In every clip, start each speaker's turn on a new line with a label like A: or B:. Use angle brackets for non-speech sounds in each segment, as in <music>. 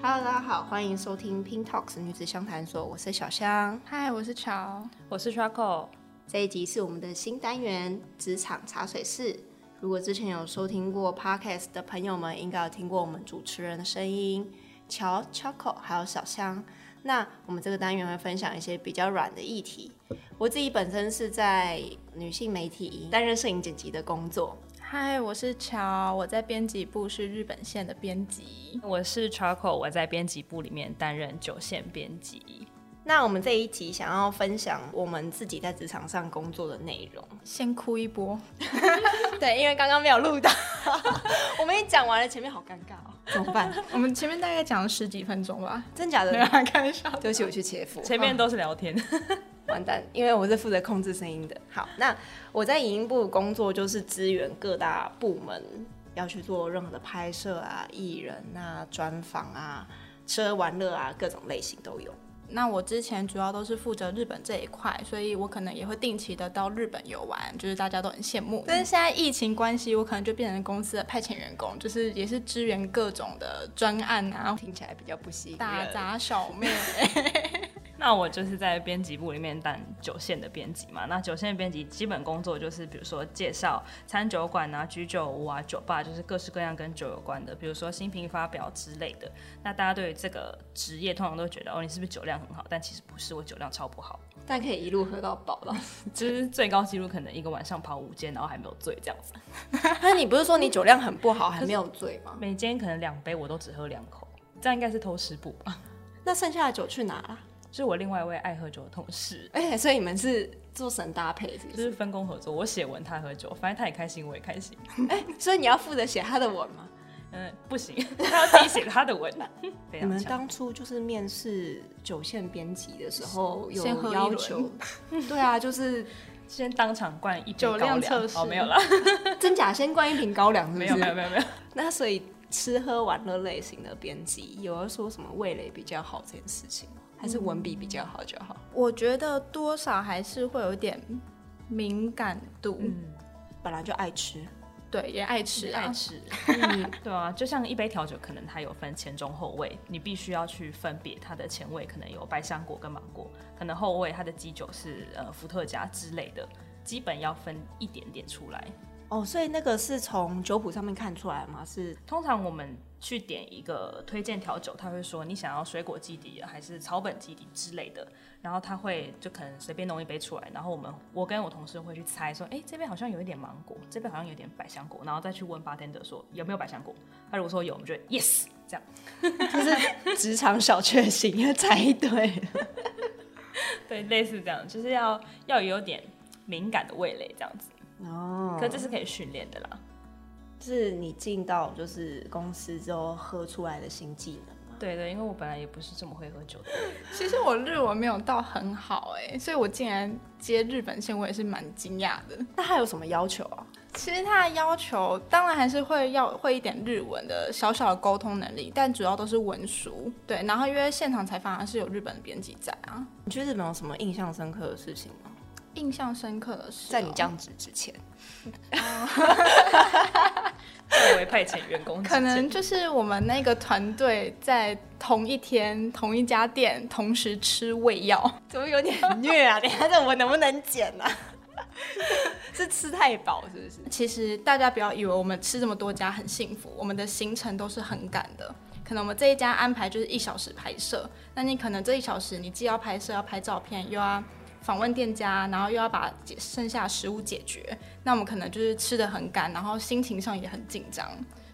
A: Hello，大家好，欢迎收听 Pin Talks 女子相谈所，我是小香。
B: 嗨，我是乔。
C: 我是 Traco，
A: 这一集是我们的新单元——职场茶水室。如果之前有收听过 Podcast 的朋友们，应该有听过我们主持人的声音，乔、Choco 还有小香。那我们这个单元会分享一些比较软的议题。我自己本身是在女性媒体担任摄影剪辑的工作，
B: 嗨，我是乔，我在编辑部是日本线的编辑。
C: 我是 Traco，我在编辑部里面担任九线编辑。
A: 那我们这一集想要分享我们自己在职场上工作的内容。
B: 先哭一波，
A: 对，因为刚刚没有录到， <laughs> 我们一讲完了，前面好尴尬哦，怎么办？
B: <laughs> 我们前面大概讲了十几分钟吧，
A: 真假的
B: 没有？啦开玩笑。
A: <laughs> 对不起，我去切腹，
C: 前面都是聊天， <laughs>
A: 完蛋，因为我是负责控制声音的。好，那我在影音部工作就是支援各大部门要去做任何的拍摄啊、艺人啊、专访啊、吃喝玩乐啊，各种类型都有。
B: 那我之前主要都是负责日本这一块，所以我可能也会定期的到日本游玩，就是大家都很羡慕。但是现在疫情关系，我可能就变成公司的派遣员工，就是也是支援各种的专案啊，
A: 听起来比较不吸引
B: 打
A: 人。
B: 杂小 <laughs> 妹。
C: 那我就是在编辑部里面担九线的编辑嘛。那九线的编辑基本工作就是，比如说介绍餐酒馆啊、居酒屋啊、酒吧，就是各式各样跟酒有关的，比如说新品发表之类的。那大家对于这个职业通常都觉得，哦，你是不是酒量很好？但其实不是，我酒量超不好，
A: 但可以一路喝到饱了。
C: <laughs> 就是最高纪录可能一个晚上跑五间，然后还没有醉这样子。
A: <laughs> 那你不是说你酒量很不好，还没有醉吗？
C: 每间可能两杯，我都只喝两口，这样应该是偷师部吧？ <laughs>
A: 那剩下的酒去哪了？
C: 是我另外一位爱喝酒的同事，
A: 哎、所以你们是做神搭配是不？
C: 就是是分工合作，我写文，他喝酒，反正他也开心，我也开心。
A: 哎所以你要负责写他的文吗？
C: 嗯，不行， <laughs> 他要自己写他的文，啊 <laughs> 非
A: 你们
C: 常强。
A: 当初就是面试九线编辑的时候有
B: 先喝一
A: 要
B: 轮
C: <laughs>
A: 求，对啊，就是
C: 先当场灌一杯
B: 酒量
C: 高
B: 测
C: 粱，
B: 试
C: 哦，没
B: <laughs>
C: 有啦，
A: 真假先灌一瓶高粱，是不
C: 没
A: 是？
C: 有没有没有没有。
A: 那所以吃喝玩乐类型的编辑，有人说什么味蕾比较好这件事情吗，还是文笔比较好就好？
B: <laughs> 我觉得多少还是会有一点敏感度，
C: 嗯，
A: 本来就爱吃，
B: 对，也爱吃啊
C: 爱， <laughs> 吃，哎对啊，就像一杯调酒，可能它有分前中后味，你必须要去分别它的前味，可能有百香果跟芒果，可能后味它的基酒是呃伏特加之类的，基本要分一点点出来。
A: 哦，所以那个是从酒谱上面看出来吗？是
C: 通常我们去点一个推荐调酒，他会说你想要水果基底的啊还是草本基底之类的，然后他会就可能随便弄一杯出来，然后我们我跟我同事会去猜说，哎，这边好像有一点芒果，这边好像有点百香果，然后再去问 bartender 说有没有百香果，他如果说有，我们就 yes 这样。
A: 就是 <laughs> 职场小确幸，因为猜一堆。
C: 对，类似这样，就是要要有点敏感的味蕾这样子，
A: 哦
C: 可这是可以训练的啦。
A: <laughs> 是你进到就是公司之后喝出来的新技能吗？
C: 对对，因为我本来也不是这么会喝酒的人，
B: 其实我日文没有到很好哎、所以我竟然接日本线，我也是蛮惊讶的。
A: 那还有什么要求啊？
B: 其实他的要求当然还是会要会一点日文的小小的沟通能力，但主要都是文书。对，然后因为现场采访还是有日本的编辑在啊。
A: 你去日本有什么印象深刻的事情吗？
B: 印象深刻的是
A: <laughs>
B: 哦、
A: 在你降职之前，
C: 作为派遣员工之
B: 可
C: 间，
B: 能就是我们那个团队在同一天、同一家店同时吃胃药，
A: <laughs> 怎么有点虐啊？ <laughs> 等一下这我能不能减啊？ <laughs> 是吃太饱是不是？
B: 其实大家不要以为我们吃这么多家很幸福，我们的行程都是很赶的。可能我们这一家安排就是一小时拍摄，那你可能这一小时你既要拍摄要拍照片，又要访问店家，然后又要把解剩下的食物解决，那我们可能就是吃的很赶，然后心情上也很紧张。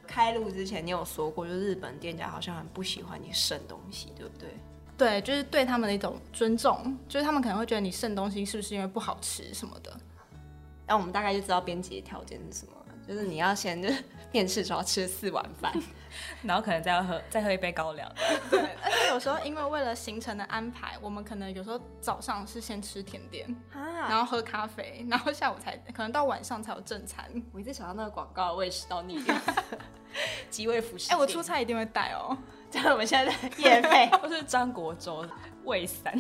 A: 开录之前你有说过，就日本店家好像很不喜欢你剩东西，对不对？
B: 对，就是对他们的一种尊重，就是他们可能会觉得你剩东西是不是因为不好吃什么的。
A: 那我们大概就知道编辑的条件是什么了，就是你要先就是 <laughs> 面试时候吃四碗 <laughs> 饭，
C: <laughs> 然后可能再要喝再喝一杯高粱，
B: 而且有时候因为为了行程的安排，我们可能有时候早上是先吃甜点，然后喝咖啡，然后下午才可能到晚上才有正餐。
A: 我一直想到那个广告，我也是到腻了。极味服饰
B: 哎、
A: 店，
B: 我出差一定会带哦。
A: 对，我们现在在 <laughs> 夜配。
C: <laughs> 或是张国周胃散。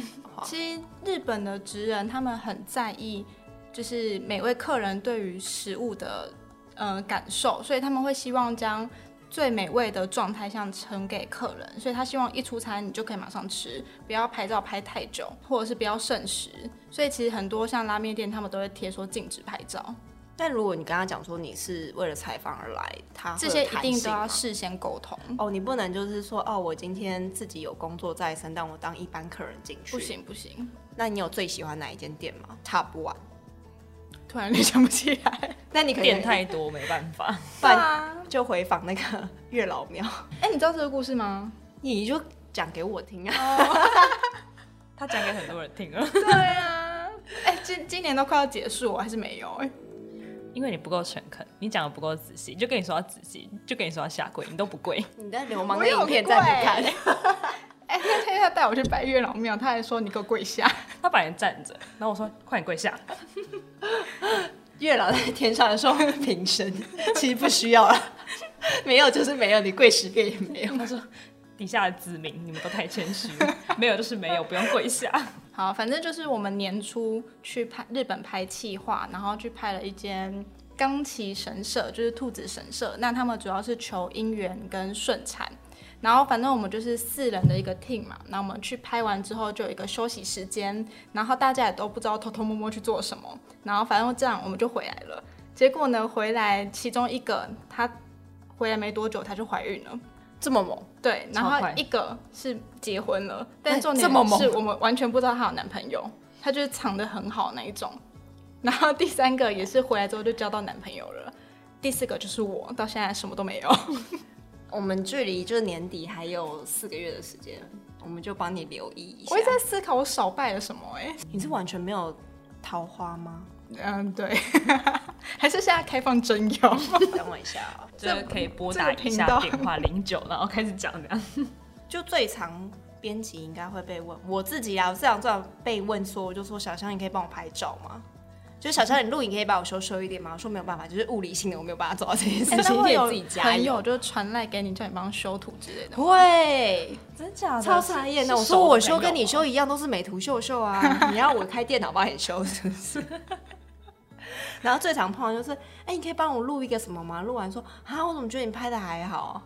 B: 其实日本的职人他们很在意，就是每位客人对于食物的呃感受，所以他们会希望将最美味的状态下呈给客人，所以他希望一出餐你就可以马上吃，不要拍照拍太久，或者是不要剩食。所以其实很多像拉面店，他们都会贴说禁止拍照，
A: 但如果你跟他讲说你是为了采访而来，他会
B: 这些
A: 有
B: 一
A: 弹
B: 定都
A: 性
B: 要
A: 吗
B: 事先沟通。
A: 哦，你不能就是说哦，我今天自己有工作在身，但我当一般客人进去
B: 不。行不行，
A: 那你有最喜欢哪一间店吗？Top one？
B: 突然就想不起来。
A: 那
C: <laughs>
A: 你可以
C: 店太多没办法。
A: 不然
B: 啊，
A: 就回访那个 <laughs> 月老庙，
B: 哎、你知道这个故事吗？
A: 你就讲给我听啊。
C: 他讲给很多人听
B: <laughs>
C: 了，<laughs>
B: 对啊，哎、今今年都快要结束，我还是没有哎、
C: 因为你不够诚恳，你讲的不够仔细，就跟你说要仔细，就跟你说要下跪，你都不跪。
A: 你的流氓
B: 我
A: 的
B: 有
A: 影片再不看，
B: 哎、那天他带我去拜月老庙，他还说你给我跪下。
C: 他把你站着，然后我说快点跪下，
A: <laughs> 月老在天上的时候会平身，其实不需要了， <laughs> 没有就是没有，你跪十遍也没有。
C: 他说底下的子民你们都太谦虚了，没有就是没有，不用
A: <laughs>
C: 跪下。
B: 好，反正就是我们年初去拍日本拍企划，然后去拍了一间冈崎神社，就是兔子神社。那他们主要是求姻缘跟顺产。然后反正我们就是四人的一个 team 嘛，那我们去拍完之后就有一个休息时间，然后大家也都不知道偷偷摸摸去做什么，然后反正这样我们就回来了。结果呢，回来其中一个她回来没多久，她就怀孕了。
A: <laughs> 这么猛，
B: 对，然
C: 超
B: 后
C: 快
B: 一个是结婚了，但
A: 哎
B: 重
A: 这么
B: 点
A: 猛
B: 是我们完全不知道她有男朋友，她就是藏得很好那一种。然后第三个也是回来之后就交到男朋友了，第四个就是我，到现在什么都没有。
A: 我们距离就是年底还有四个月的时间，我们就帮你留意一下
B: 我一。直在思考我少拜了什么哎、
A: 你是完全没有桃花吗？
B: 嗯，对， <laughs> 还是现在开放征友。
A: <laughs> 等我一下啊、
C: 这可以拨
B: 这
C: 打
B: 个
C: 一
B: 频
C: 下
B: 道
C: 电话零九，然后开始讲
A: <laughs>
C: 这样。
A: 就最常编辑应该会被问，我自己啊，我最常最常被问说，我就说小香，你可以帮我拍照吗？就是小香，你录影可以把我修修一点吗？我说没有办法，就是物理性的我没有办法做到这件事 <laughs>
B: 哎那
A: 情，
B: 会
A: 你
B: 有
A: 也自己加
B: 朋
A: 油
B: 友。就传赖给你，叫你帮他修图之类的吗。
A: 会
C: 真假的？
A: 超傻眼的，我啊说我修跟你修一样都是美图秀秀 <laughs> 啊，你要我开电脑帮你修是不是？ <laughs> 然后最常碰到就是，哎、你可以帮我录一个什么吗？录完说啊，我怎么觉得你拍的还好啊？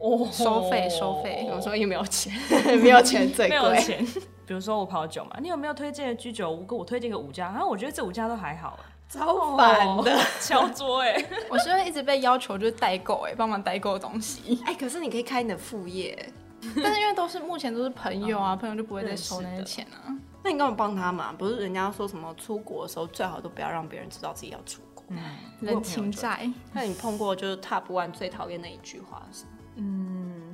C: 哦
B: 收费收费
A: 我说又没有钱， <laughs> 没有钱最
B: <laughs>
C: 没有
A: 贵。
C: 钱。 <laughs> 比如说我跑酒嘛，你有没有推荐的居酒屋？跟我推荐个五家，然后我觉得这五家都还好，
A: 超烦的。 <laughs>
C: 哦，敲桌哎、
B: 我是会一直被要求就是代购哎、帮忙代购东西，
A: 哎、可是你可以开你的副业，
B: <laughs> 但是因为都是目前都是朋友啊，朋友就不会再
C: 认识
B: 收那些
C: 的
B: 钱啊。
A: 那你干嘛帮他嘛？不是人家说什么出国的时候最好都不要让别人知道自己要出国。
B: 人情债，
A: 那你碰过就是 Top One 最讨厌的一句话是什么？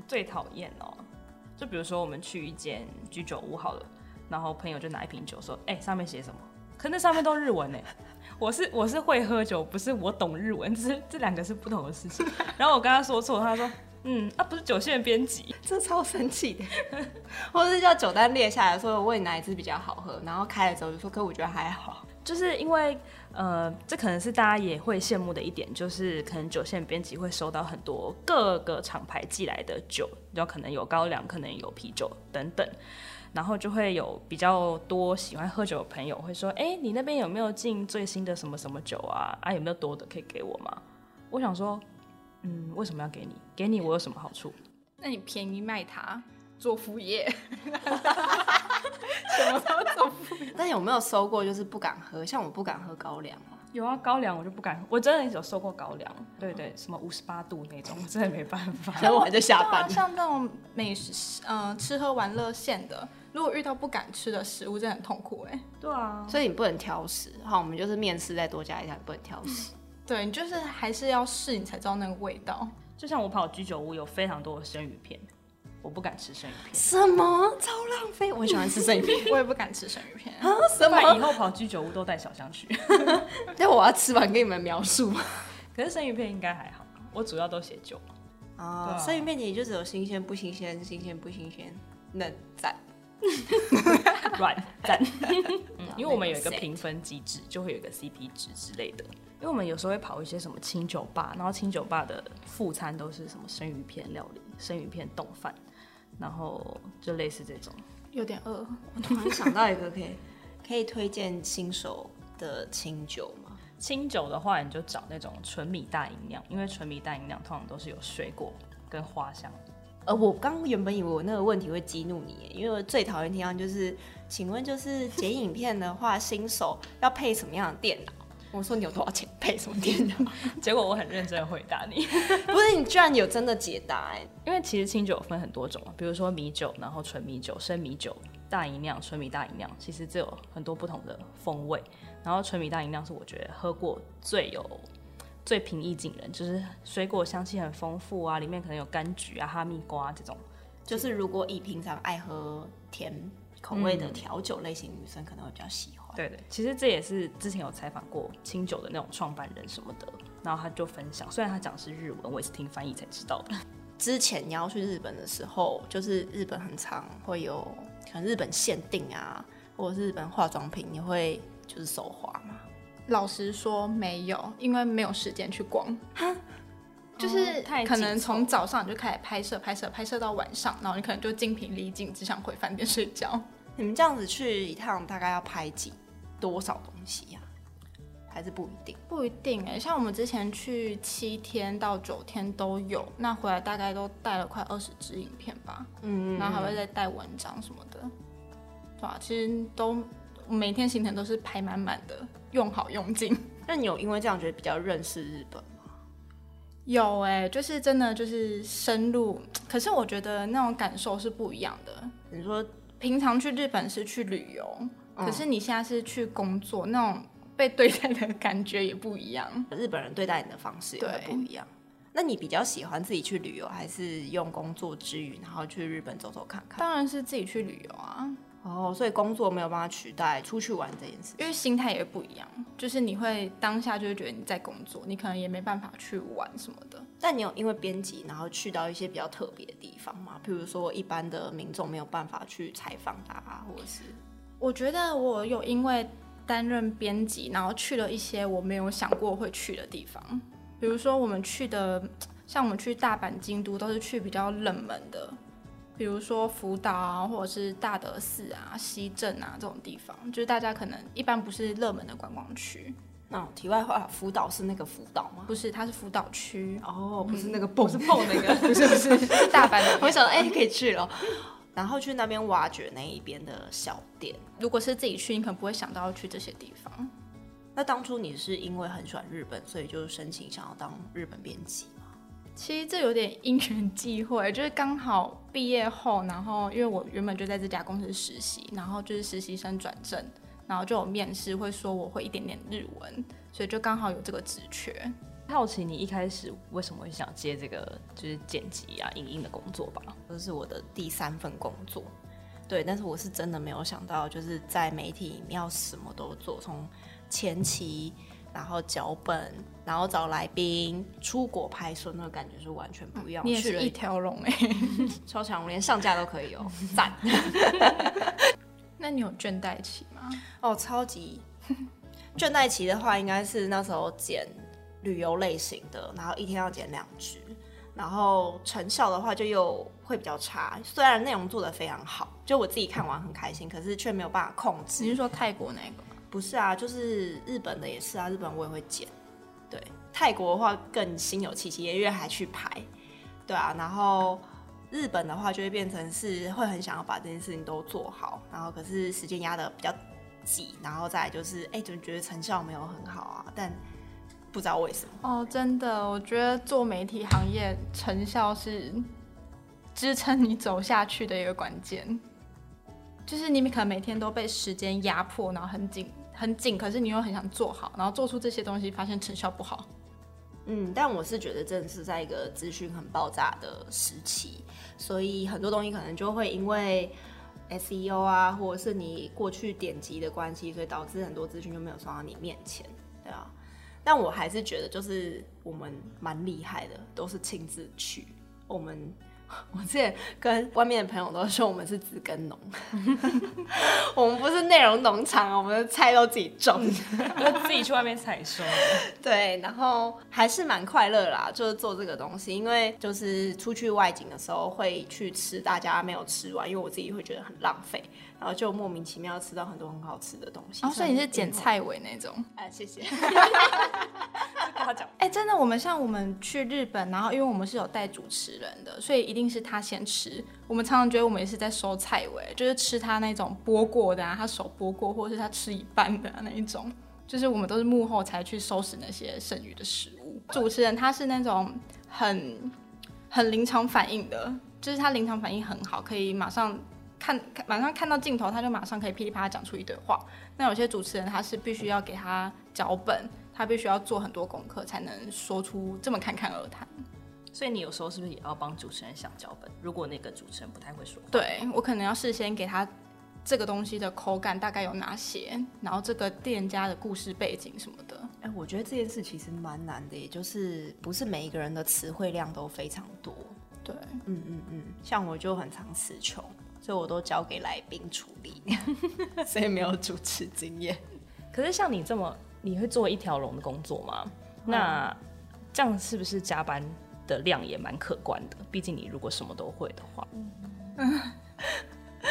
C: 最讨厌哦。就比如说我们去一间居酒屋好了，然后朋友就拿一瓶酒说：“哎、上面写什么？”可那上面都日文呢、我是我是会喝酒，不是我懂日文，这是这两个是不同的事情。然后我跟他说错，他说：“嗯，啊，不是酒线编辑。
A: 这超生气的， <laughs> 或是叫酒单列下来说，我问你哪一支比较好喝，然后开了之后就说，可我觉得还好。”
C: 就是因为呃，这可能是大家也会羡慕的一点，就是可能酒线编辑会收到很多各个厂牌寄来的酒，然后可能有高粱，可能有啤酒等等。然后就会有比较多喜欢喝酒的朋友会说：“哎、你那边有没有进最新的什么什么酒啊？啊，有没有多的可以给我吗？”我想说，嗯，为什么要给你？给你我有什么好处？
B: 那你便宜卖它做副 <laughs> 业，什么都做副业。
A: 但有没有收过就是不敢喝？像我不敢喝高粱 <laughs> 嘛，
C: 有啊，高粱我就不敢，我真的有收过高粱，对对，什么五十八度那种，我真的没办法。
A: 所以我就下班
B: 啊，
A: 了。
B: 像那种美食，呃，吃喝玩乐线的，如果遇到不敢吃的食物，真的很痛苦哎、
C: 对啊，
A: 所以你不能挑食，好，我们就是面试再多加一下，你不能挑食。
B: 对你就是还是要试，你才知道那个味 <laughs> 道。
C: 就像我跑居酒屋有非常多的生鱼片，我不敢吃生鱼片。
A: 什么？超浪费！我喜欢吃生鱼片
B: 我也不敢吃生鱼片，
A: 啊！ <laughs> 什
C: 不然以
A: 么？
C: 后跑居酒屋都带小香去。
A: 但 <laughs> 我要吃完跟你们描述。
C: <laughs> 可是生鱼片应该还好，我主要都写酒。
A: 啊，
C: 对啊
A: 生鱼片你就只有新鲜不新鲜，新鲜不新鲜，嫩 <laughs> 赞。
C: <laughs> 软赞。嗯 <laughs> 因为我们
A: 那个
C: 有一个
A: set
C: 评分机制，就会有一个 CP 值之类的。因为我们有时候会跑一些什么清酒吧，然后清酒吧的副餐都是什么生鱼片料理、生鱼片冻饭，然后就类似这种。
B: 有点饿。
A: <laughs> 我突然想到一个可以可以推荐新手的清酒吗？
C: 清酒的话，你就找那种纯米大吟酿，因为纯米大吟酿通常都是有水果跟花 <laughs> 香。
A: 呃，我刚原本以为我那个问题会激怒你耶，因为我最讨厌听到就是，请问就是剪影片的话，新手要配什么样的电脑？我说你有多少钱配什么电脑？
C: 结果我很认真的回答你，
A: <laughs> 不是你居然有真的解答哎，
C: 因为其实清酒有分很多种嘛，啊比如说米酒，然后纯米酒、生米酒、大吟酿、纯米大吟酿，其实这有很多不同的风味。然后纯米大吟酿是我觉得喝过最有最平易近人，就是水果香气很丰富啊，里面可能有柑橘啊、哈密瓜这种。
A: 就是如果以平常爱喝甜口味的调酒类型女生可能会比较喜欢。
C: 对对，其实这也是之前有采访过清酒的那种创办人什么的，然后他就分享，虽然他讲的是日文，我也是听翻译才知道
A: <laughs>
C: 的。
A: 之前你要去日本的时候，就是日本很常会有可能日本限定啊，或者是日本化妆品，你会就是手滑嘛？
B: 老实说没有，因为没有时间去逛。就是
C: 太
B: 可能
C: 紧凑
B: 从早上你就开始拍摄，拍摄，拍摄到晚上，然后你可能就精疲力尽，只想回饭店睡觉。
A: 你们这样子去一趟，大概要拍几多少东西呀、还是不一定。
B: 不一定哎、像我们之前去七天到九天都有，那回来大概都带了快二十支影片吧，
A: 嗯
B: 然后还会再带文章什么的，对吧、其实都每天行程都是排满满的，用好用尽。
A: 那你有因为这样觉得比较认识日本吗？
B: 有哎、就是真的就是深入，可是我觉得那种感受是不一样的。
A: 你说
B: 平常去日本是去旅游，可是你现在是去工作，那种被对待的感觉也不一样。
A: 日本人对待你的方式也会
B: 对
A: 不一样。那你比较喜欢自己去旅游，还是用工作之余，然后去日本走走看看？
B: 当然是自己去旅游啊，
A: 哦，所以工作没有办法取代出去玩这件事。
B: 因为心态也不一样，就是你会当下就会觉得你在工作，你可能也没办法去玩什么的。
A: 但你有因为编辑，然后去到一些比较特别的地方吗？譬如说一般的民众没有办法去采访他、啊，或者是
B: 我觉得我有因为担任编辑，然后去了一些我没有想过会去的地方，比如说我们去的，像我们去大阪、京都都是去比较冷门的，比如说福岛啊，或者是大德寺啊、西镇啊这种地方，就是大家可能一般不是热门的观光区，
A: 那种题外话，福岛是那个福岛吗？，
B: 不是，它是福岛区
A: 哦，不是那个蹦，是蹦那个，
B: 不是不是大阪的。
A: <laughs> 我想哎、可以去了，然后去那边挖掘那一边的小店。
B: 如果是自己去，你可能不会想到要去这些地方。
A: 那当初你是因为很喜欢日本，所以就申请想要当日本编辑吗？
B: 其实这有点因缘际会，就是刚好毕业后，然后因为我原本就在这家公司实习，然后就是实习生转正，然后就有面试会说我会一点点日文，所以就刚好有这个职缺。
C: <laughs> 好奇你一开始为什么会想接这个就是剪辑啊、影音的工作吧？
A: 这是我的第三份工作，对，但是我是真的没有想到，就是在媒体里面要什么都做，从前期，然后脚本，然后找来宾，出国拍摄，那个感觉是完全不一样。
B: 嗯你也
A: 去
B: 是
A: 了
B: 一条龙哎、
A: 超强，我连上架都可以哦，赞
B: <laughs> 那你有倦怠期吗？
A: 哦，超级倦怠期的话，应该是那时候剪旅游类型的，然后一天要剪两支，然后成效的话就又会比较差。虽然内容做得非常好，就我自己看完很开心，可是却没有办法控
B: 你是
A: 制。
B: 说泰国那个吗？
A: 不是啊，就是日本的也是啊，日本我也会剪。对，泰国的话更心有戚戚焉，因为还去拍。对啊，然后日本的话就会变成是会很想要把这件事情都做好，然后可是时间压得比较挤，然后再来就是哎，就觉得成效没有很好啊，但不知道为什么。
B: 哦，真的，我觉得做媒体行业成效是支撑你走下去的一个关键。就是你可能每天都被时间压迫，然后很紧很紧，可是你又很想做好，然后做出这些东西，发现成效不好。
A: 嗯，但我是觉得真的是在一个资讯很爆炸的时期，所以很多东西可能就会因为 SEO 啊，或者是你过去点击的关系，所以导致很多资讯就没有送到你面前，对啊。但我还是觉得，就是我们蛮厉害的，都是亲自去，我们 <laughs> 我之前跟外面的朋友都说我们是自耕农， <laughs> 我们不是内容农场，我们的菜都自己种。
C: 自己去外面采收。
A: 对，然后还是蛮快乐啦，就是做这个东西，因为就是出去外景的时候会去吃大家没有吃完，因为我自己会觉得很浪费，然后就莫名其妙吃到很多很好吃的东西。
B: 哦，所以你是捡
A: 算
B: 菜尾那种。
A: 啊？谢谢。
C: 夸奖。
B: 哎、真的，我们像我们去日本，然后因为我们是有带主持人的，所以一定是他先吃。我们常常觉得我们也是在收菜尾，就是吃他那种剥过的啊，他手剥过，或者是他吃一半的、啊、那一种。就是我们都是幕后才去收拾那些剩余的食物。主持人他是那种很很临场反应的，就是他临场反应很好，可以马上看看马上看到镜头，他就马上可以噼里啪啦讲出一堆话。那有些主持人他是必须要给他脚本，他必须要做很多功课才能说出这么侃侃而谈。
C: 所以你有时候是不是也要帮主持人想脚本？如果那个主持人不太会说话，
B: 对我可能要事先给他这个东西的口感大概有哪些，然后这个店家的故事背景什么的。
D: <laughs> 哎、我觉得这件事其实蛮难的，也就是不是每一个人的词汇量都非常多。
B: 对，
D: 嗯嗯嗯，像我就很常词穷，所以我都交给来宾处理， <laughs> 所以没有主持经验。
C: 可是像你这么，你会做一条龙的工作吗？那这样是不是加班的量也蛮可观的？毕竟你如果什么都会的话，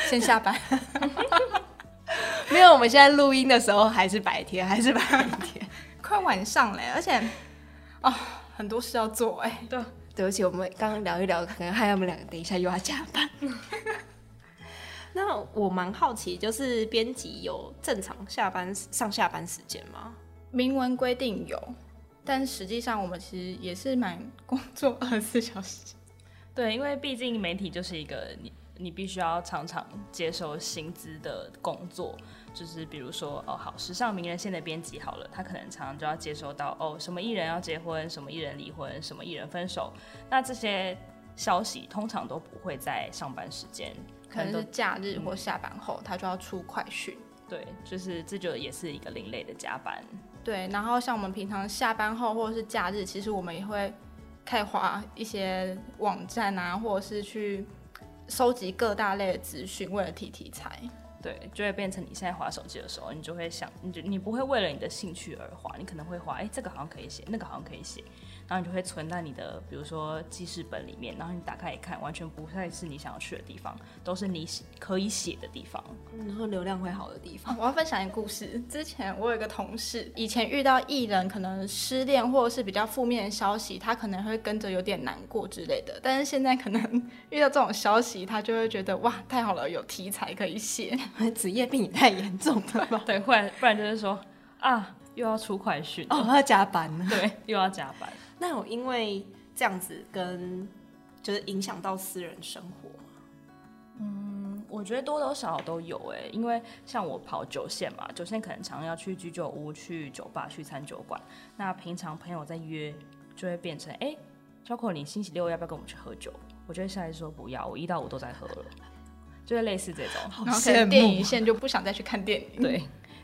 B: 先下班。
D: <laughs>
B: <laughs>
D: 没有，我们现在录音的时候还是白天，还是白天。
B: 快晚上嘞，而且哦，很多事要做哎、
A: 对不起，我们刚刚聊一聊，可能害我们两个等一下又要加班。
D: <laughs> 那我蛮好奇，就是编辑有正常下班上下班时间吗？
B: 明文规定有，但实际上我们其实也是蛮工作二十四小时。
C: 对，因为毕竟媒体就是一个你你必须要常常接收薪资的工作，就是比如说哦，好，时尚名人线的编辑好了，他可能常常就要接收到哦，什么艺人要结婚，什么艺人离婚，什么艺人分手，那这些消息通常都不会在上班时间，
B: 可能
C: 都
B: 是假日或下班后，他就要出快讯。
C: 对，就是这就也是一个另类的加班。
B: 对，然后像我们平常下班后或者是假日，其实我们也会开划一些网站啊，或者是去收集各大类的资讯，为了提题材。
C: 对，就会变成你现在划手机的时候，你就会想，你就你不会为了你的兴趣而划，你可能会划，哎、这个好像可以写，那个好像可以写，然后你就会存在你的，比如说记事本里面，然后你打开一看，完全不再是你想要去的地方，都是你喜可以写的地方。 <laughs>
D: 你说流量会好的地方，
B: 哦我要分享一个故事。之前我有一个同事，以前遇到艺人可能失恋或者是比较负面的消息，他可能会跟着有点难过之类的。但是现在可能 <laughs> 遇到这种消息，他就会觉得哇，太好了，有题材可以写。
D: 职业病也太严重了吧？
C: 对，不然不然就是说啊，又要出快讯，
D: <laughs> 哦，要加班了。
C: <laughs> 对，又要加班。
D: 那有因为这样子跟就是影响到私人生活吗？
C: 我觉得多多少少都有哎、因为像我跑酒线嘛，酒线可能常常要去居酒屋、去酒吧、去餐酒馆。那平常朋友在约，就会变成哎、欸 c h 你星期六要不要跟我们去喝酒？我就会下意识说不要，我一到五都在喝了，就是类似这种。
D: 哦
B: 然后可能电影线就不想再去看电影。
C: 对，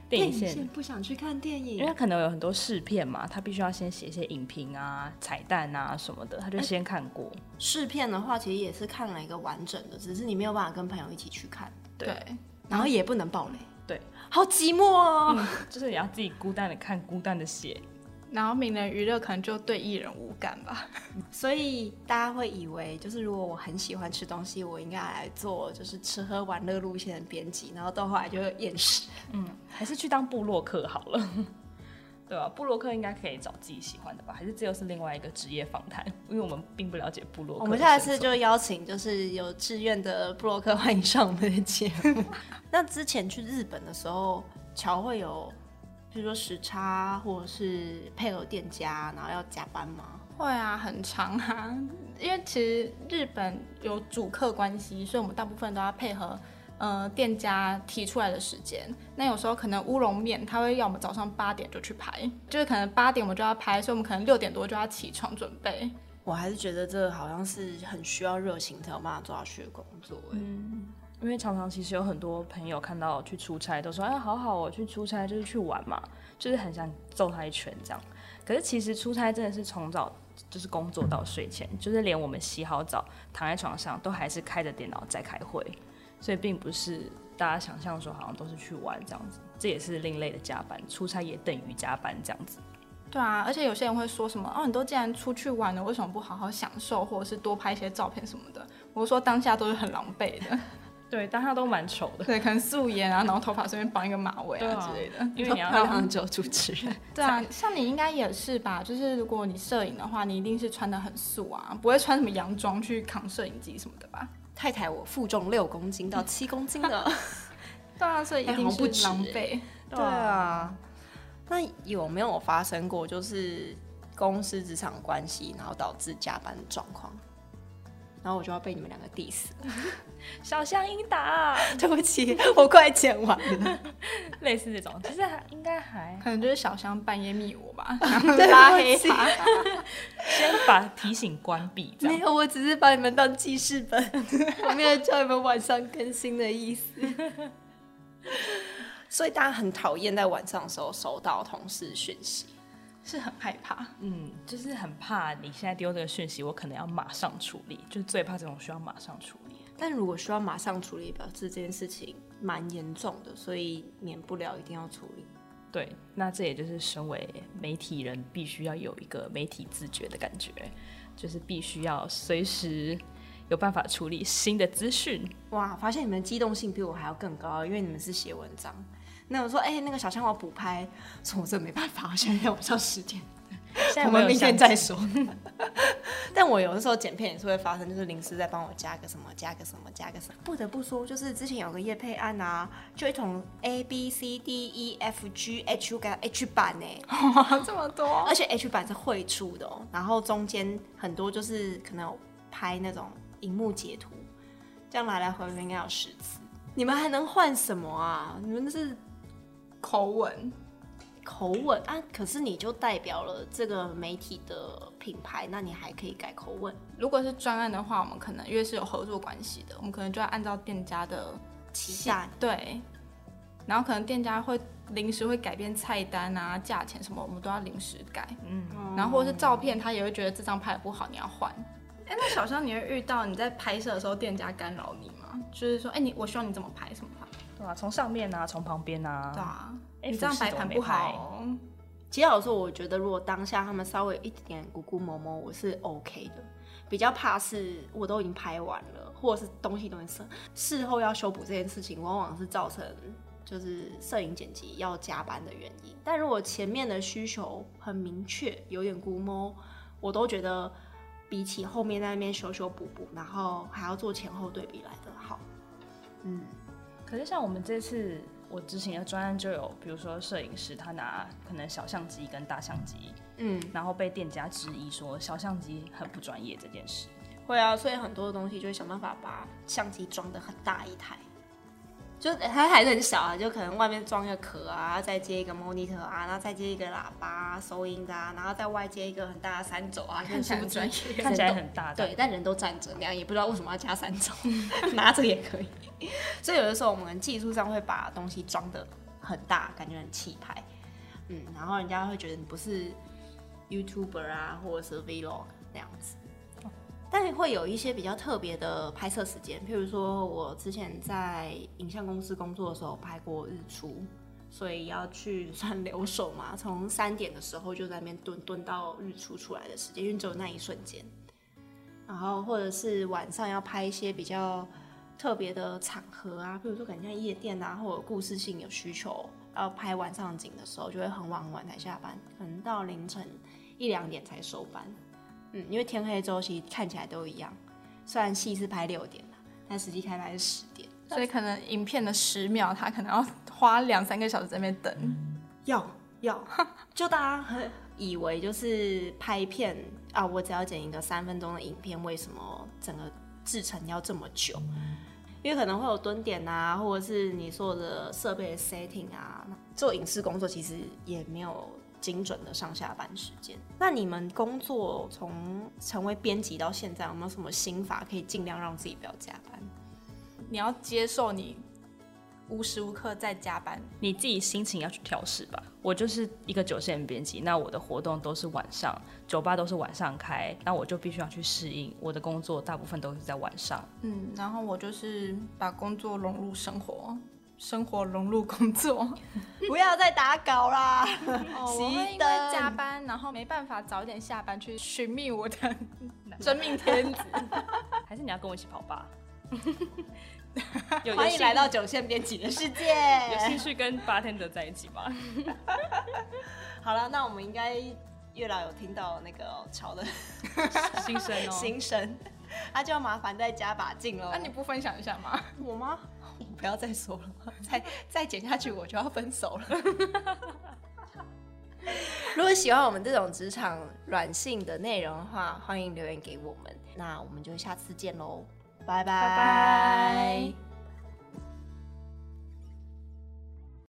C: 电影
D: 线
C: 线，
D: 不想去看电
C: 因为
D: 影
C: 他，可能有很多试片嘛，他必须要先写一些影评啊、彩蛋啊什么的，他就先看过。 <laughs>
D: 试片的话其实也是看了一个完整的，只是你没有办法跟朋友一起去看，
B: 对，
D: 然后也不能爆雷，
C: 对，
D: 好寂寞哦。
C: 就是你要自己孤单的看，孤单的写。
B: 然后名人娱乐可能就对艺人无感吧。
D: 所以大家会以为，就是如果我很喜欢吃东西，我应该来做就是吃喝玩乐路线的编辑，然后到后来就厌 <laughs> 世。
C: 还是去当布洛克好了， <laughs> 对啊吧、布洛克应该可以找自己喜欢的吧？还是这又是另外一个职业访谈？因为我们并不了解布洛克。
D: 我们下一次就邀请就是有志愿的布洛克欢迎上我们的节目。 <laughs> 那之前去日本的时候，乔会有，比如说时差或者是配合店家，然后要加班吗？
B: 会啊，很长啊， <laughs> 因为其实日本有主客关系，所以我们大部分都要配合呃店家提出来的时间。那有时候可能乌龙面他会要我们早上八点就去拍，就是可能八点我们就要拍，所以我们可能六点多就要起床准备。
D: 我还是觉得这好像是很需要热情才有办法做下去的工作、欸。
C: 因为常常其实有很多朋友看到去出差，都说哎，好好哦，去出差就是去玩嘛，就是很想揍他一拳这样。可是其实出差真的是从早就是工作到睡前，就是连我们洗好澡躺在床上都还是开着电脑在开会，所以并不是大家想象说好像都是去玩这样子，这也是另类的加班，出差也等于加班这样子。
B: 对啊，而且有些人会说什么哦，你都既然出去玩了，为什么不好好享受，或者是多拍一些照片什么的？我说当下都是很狼狈的， <laughs>
C: 对，但他都蛮丑的，
B: 对，可能素颜啊，然后头发顺便绑一个马尾
C: 对
B: 啊
C: 啊
B: 之类的。
C: 因为你要
A: 漂
C: 让
A: 亮的只有主持人。
B: 对啊，像你应该也是吧？就是如果你摄影的话，你一定是穿的很素啊，不会穿什么洋装去扛摄影机什么的吧？
A: 太太，我负重六公斤到七公斤了。
B: 对啊，所以一
A: 哎好
B: 定
A: 像不
B: 是
A: 止
B: 狼
A: 欸
B: 狈。
A: 对啊，那有没有发生过就是公司职场关系，然后导致加班的状况？然后我就要被你们两个 <laughs> diss，
C: <laughs> 小象英达
A: 对不起，我快剪完了。
C: 类似这种，其实还应该还
B: 可能就是小香半夜密我 <laughs> 吧，然后拉黑 <laughs> 他。
C: 先把提醒关闭这
A: 没
C: 样。
A: 有，我只是把你们当记事本， <laughs> 我没有叫你们晚上更新的意思。 <laughs> 所以大家很讨厌在晚上的时候收到同事讯息。
B: 是很害怕。
C: 嗯，就是很怕你现在丢这个讯息，我可能要马上处理，就最怕这种需要马上处理。
A: 但如果需要马上处理，表示这件事情蛮严重的，所以免不了一定要处理。
C: 对，那这也就是身为媒体人必须要有一个媒体自觉的感觉，就是必须要随时有办法处理新的资讯。
A: 哇，发现你们的机动性比我还要更高，因为你们是写文章。那我说，哎、那个小象我要补拍，说我这没办法，我 <laughs> 现在要晚上十点，
C: 现在
A: 我
C: 没
A: 们
C: 有
A: 明天
C: 相
A: 再
C: 机
A: <laughs> 说。但我有的时候剪片也是会发生，就是临时在帮我加个什么，加个什么，加个什么。不得不说，就是之前有个叶配案啊，就一桶 A B C D E F G H 我给它 H 版欸呢、
B: 哇，这么多！
A: 而且 H 版是会出的哦，然后中间很多就是可能有拍那种荧幕截图，这样来来回回应该有十次。你们还能换什么啊？你们是
B: <laughs> 口吻，
A: 口吻啊，可是你就代表了这个媒体的品牌，那你还可以改口吻。
B: 如果是专案的话，我们可能因为是有合作关系的，我们可能就要按照店家的
A: 期待
B: 对，然后可能店家会临时会改变菜单啊、价钱什么，我们都要临时改。嗯，然后或者是照片，他也会觉得这张拍的不好，你要换。哎，那小香，你会遇到你在拍摄的时候店家干扰你吗？就是说，哎，你我希望你怎么拍，什么拍？
C: 对啊，从上面啊，从旁边啊，
B: 对啊，
C: 哎
B: 你这样
C: 服饰
B: 摆
C: 怎么
B: 盘
C: 没
B: 不好
C: 拍
B: 哦。
A: 其实老实说，我觉得如果当下他们稍微有一点咕咕摸摸，我是 OK 的。比较怕是我都已经拍完了，或者是东西都已经摄，事后要修补这件事情，往往是造成就是摄影剪辑要加班的原因。但如果前面的需求很明确，有点估摸，我都觉得比起后面在那边修修补补，然后还要做前后对比来的好。
C: 可是像我们这次我之前的专案就有，比如说摄影师他拿可能小相机跟大相机，
A: 嗯，
C: 然后被店家质疑说小相机很不专业这件事。
A: 会啊，所以很多东西就会想办法把相机装的很大一台，就它还是很小啊，就可能外面装一个壳啊，再接一个 monitor 啊，然后再接一个喇叭、啊、收音的啊，然后在外接一个很大的三轴啊，看
B: 起来很专业
A: <laughs>
C: 看起来很大
A: 对，但人都站着那样，也不知道为什么要加三轴， <laughs> 拿着也可以。所以有的时候我们技术上会把东西装的很大，感觉很气派，嗯，然后人家会觉得你不是 YouTuber 啊，或者是 Vlog 那样子。但会有一些比较特别的拍摄时间，譬如说我之前在影像公司工作的时候拍过日出，所以要去算留守嘛，从三点的时候就在那边蹲蹲到日出出来的时间，因为只有那一瞬间。然后或者是晚上要拍一些比较特别的场合啊，比如说可能像夜店啊，或者故事性有需求，要拍晚上景的时候，就会很晚很晚才下班，可能到凌晨一两点才收班。嗯，因为天黑之后其实看起来都一样，虽然戏是拍六点啦，但实际开拍是十点。
B: 所以可能影片的十秒，他可能要 <laughs> 花两三个小时在那边等。
A: 要要， <laughs> 就大家很以为就是拍片啊，我只要剪一个三分钟的影片，为什么整个制成要这么久？因为可能会有蹲点啊，或者是你所有的设备的 setting 啊，做影视工作其实也没有精准的上下班时间。那你们工作从成为编辑到现在，有没有什么心法可以尽量让自己不要加班？
B: 你要接受你无时无刻在加班。
C: 你自己心情要去调试吧。我就是一个九线编辑，那我的活动都是晚上，酒吧都是晚上开，那我就必须要去适应。我的工作大部分都是在晚上，
B: 嗯，然后我就是把工作融入生活，生活融入工作。
A: <laughs>
D: 不要再打稿啦！
B: 哦，我会因为
D: 灯
B: 加班，然后没办法早点下班去寻觅我的 <laughs> 真命天子。
C: <laughs> 还是你要跟我一起跑吧？ <laughs> 有
D: 欢迎来。
C: 有
D: 到
C: 兴
D: 九线编辑的世界。
C: 有兴趣跟八天的在一起吗？
D: 好了，那我们应该月老有听到那个乔的
C: <laughs> 新生哦，
D: 心
A: <laughs>
D: 声，他就要麻烦再加把劲喽。
B: <laughs>
A: 啊
B: 那、你不分享一下吗？
D: 我吗？不要再说了，再 <laughs> 再剪下去我就要分手了。
A: <laughs> 如果喜欢我们这种职场软性的内容的话，欢迎留言给我们。那我们就下次见喽，
D: 拜拜
B: 拜。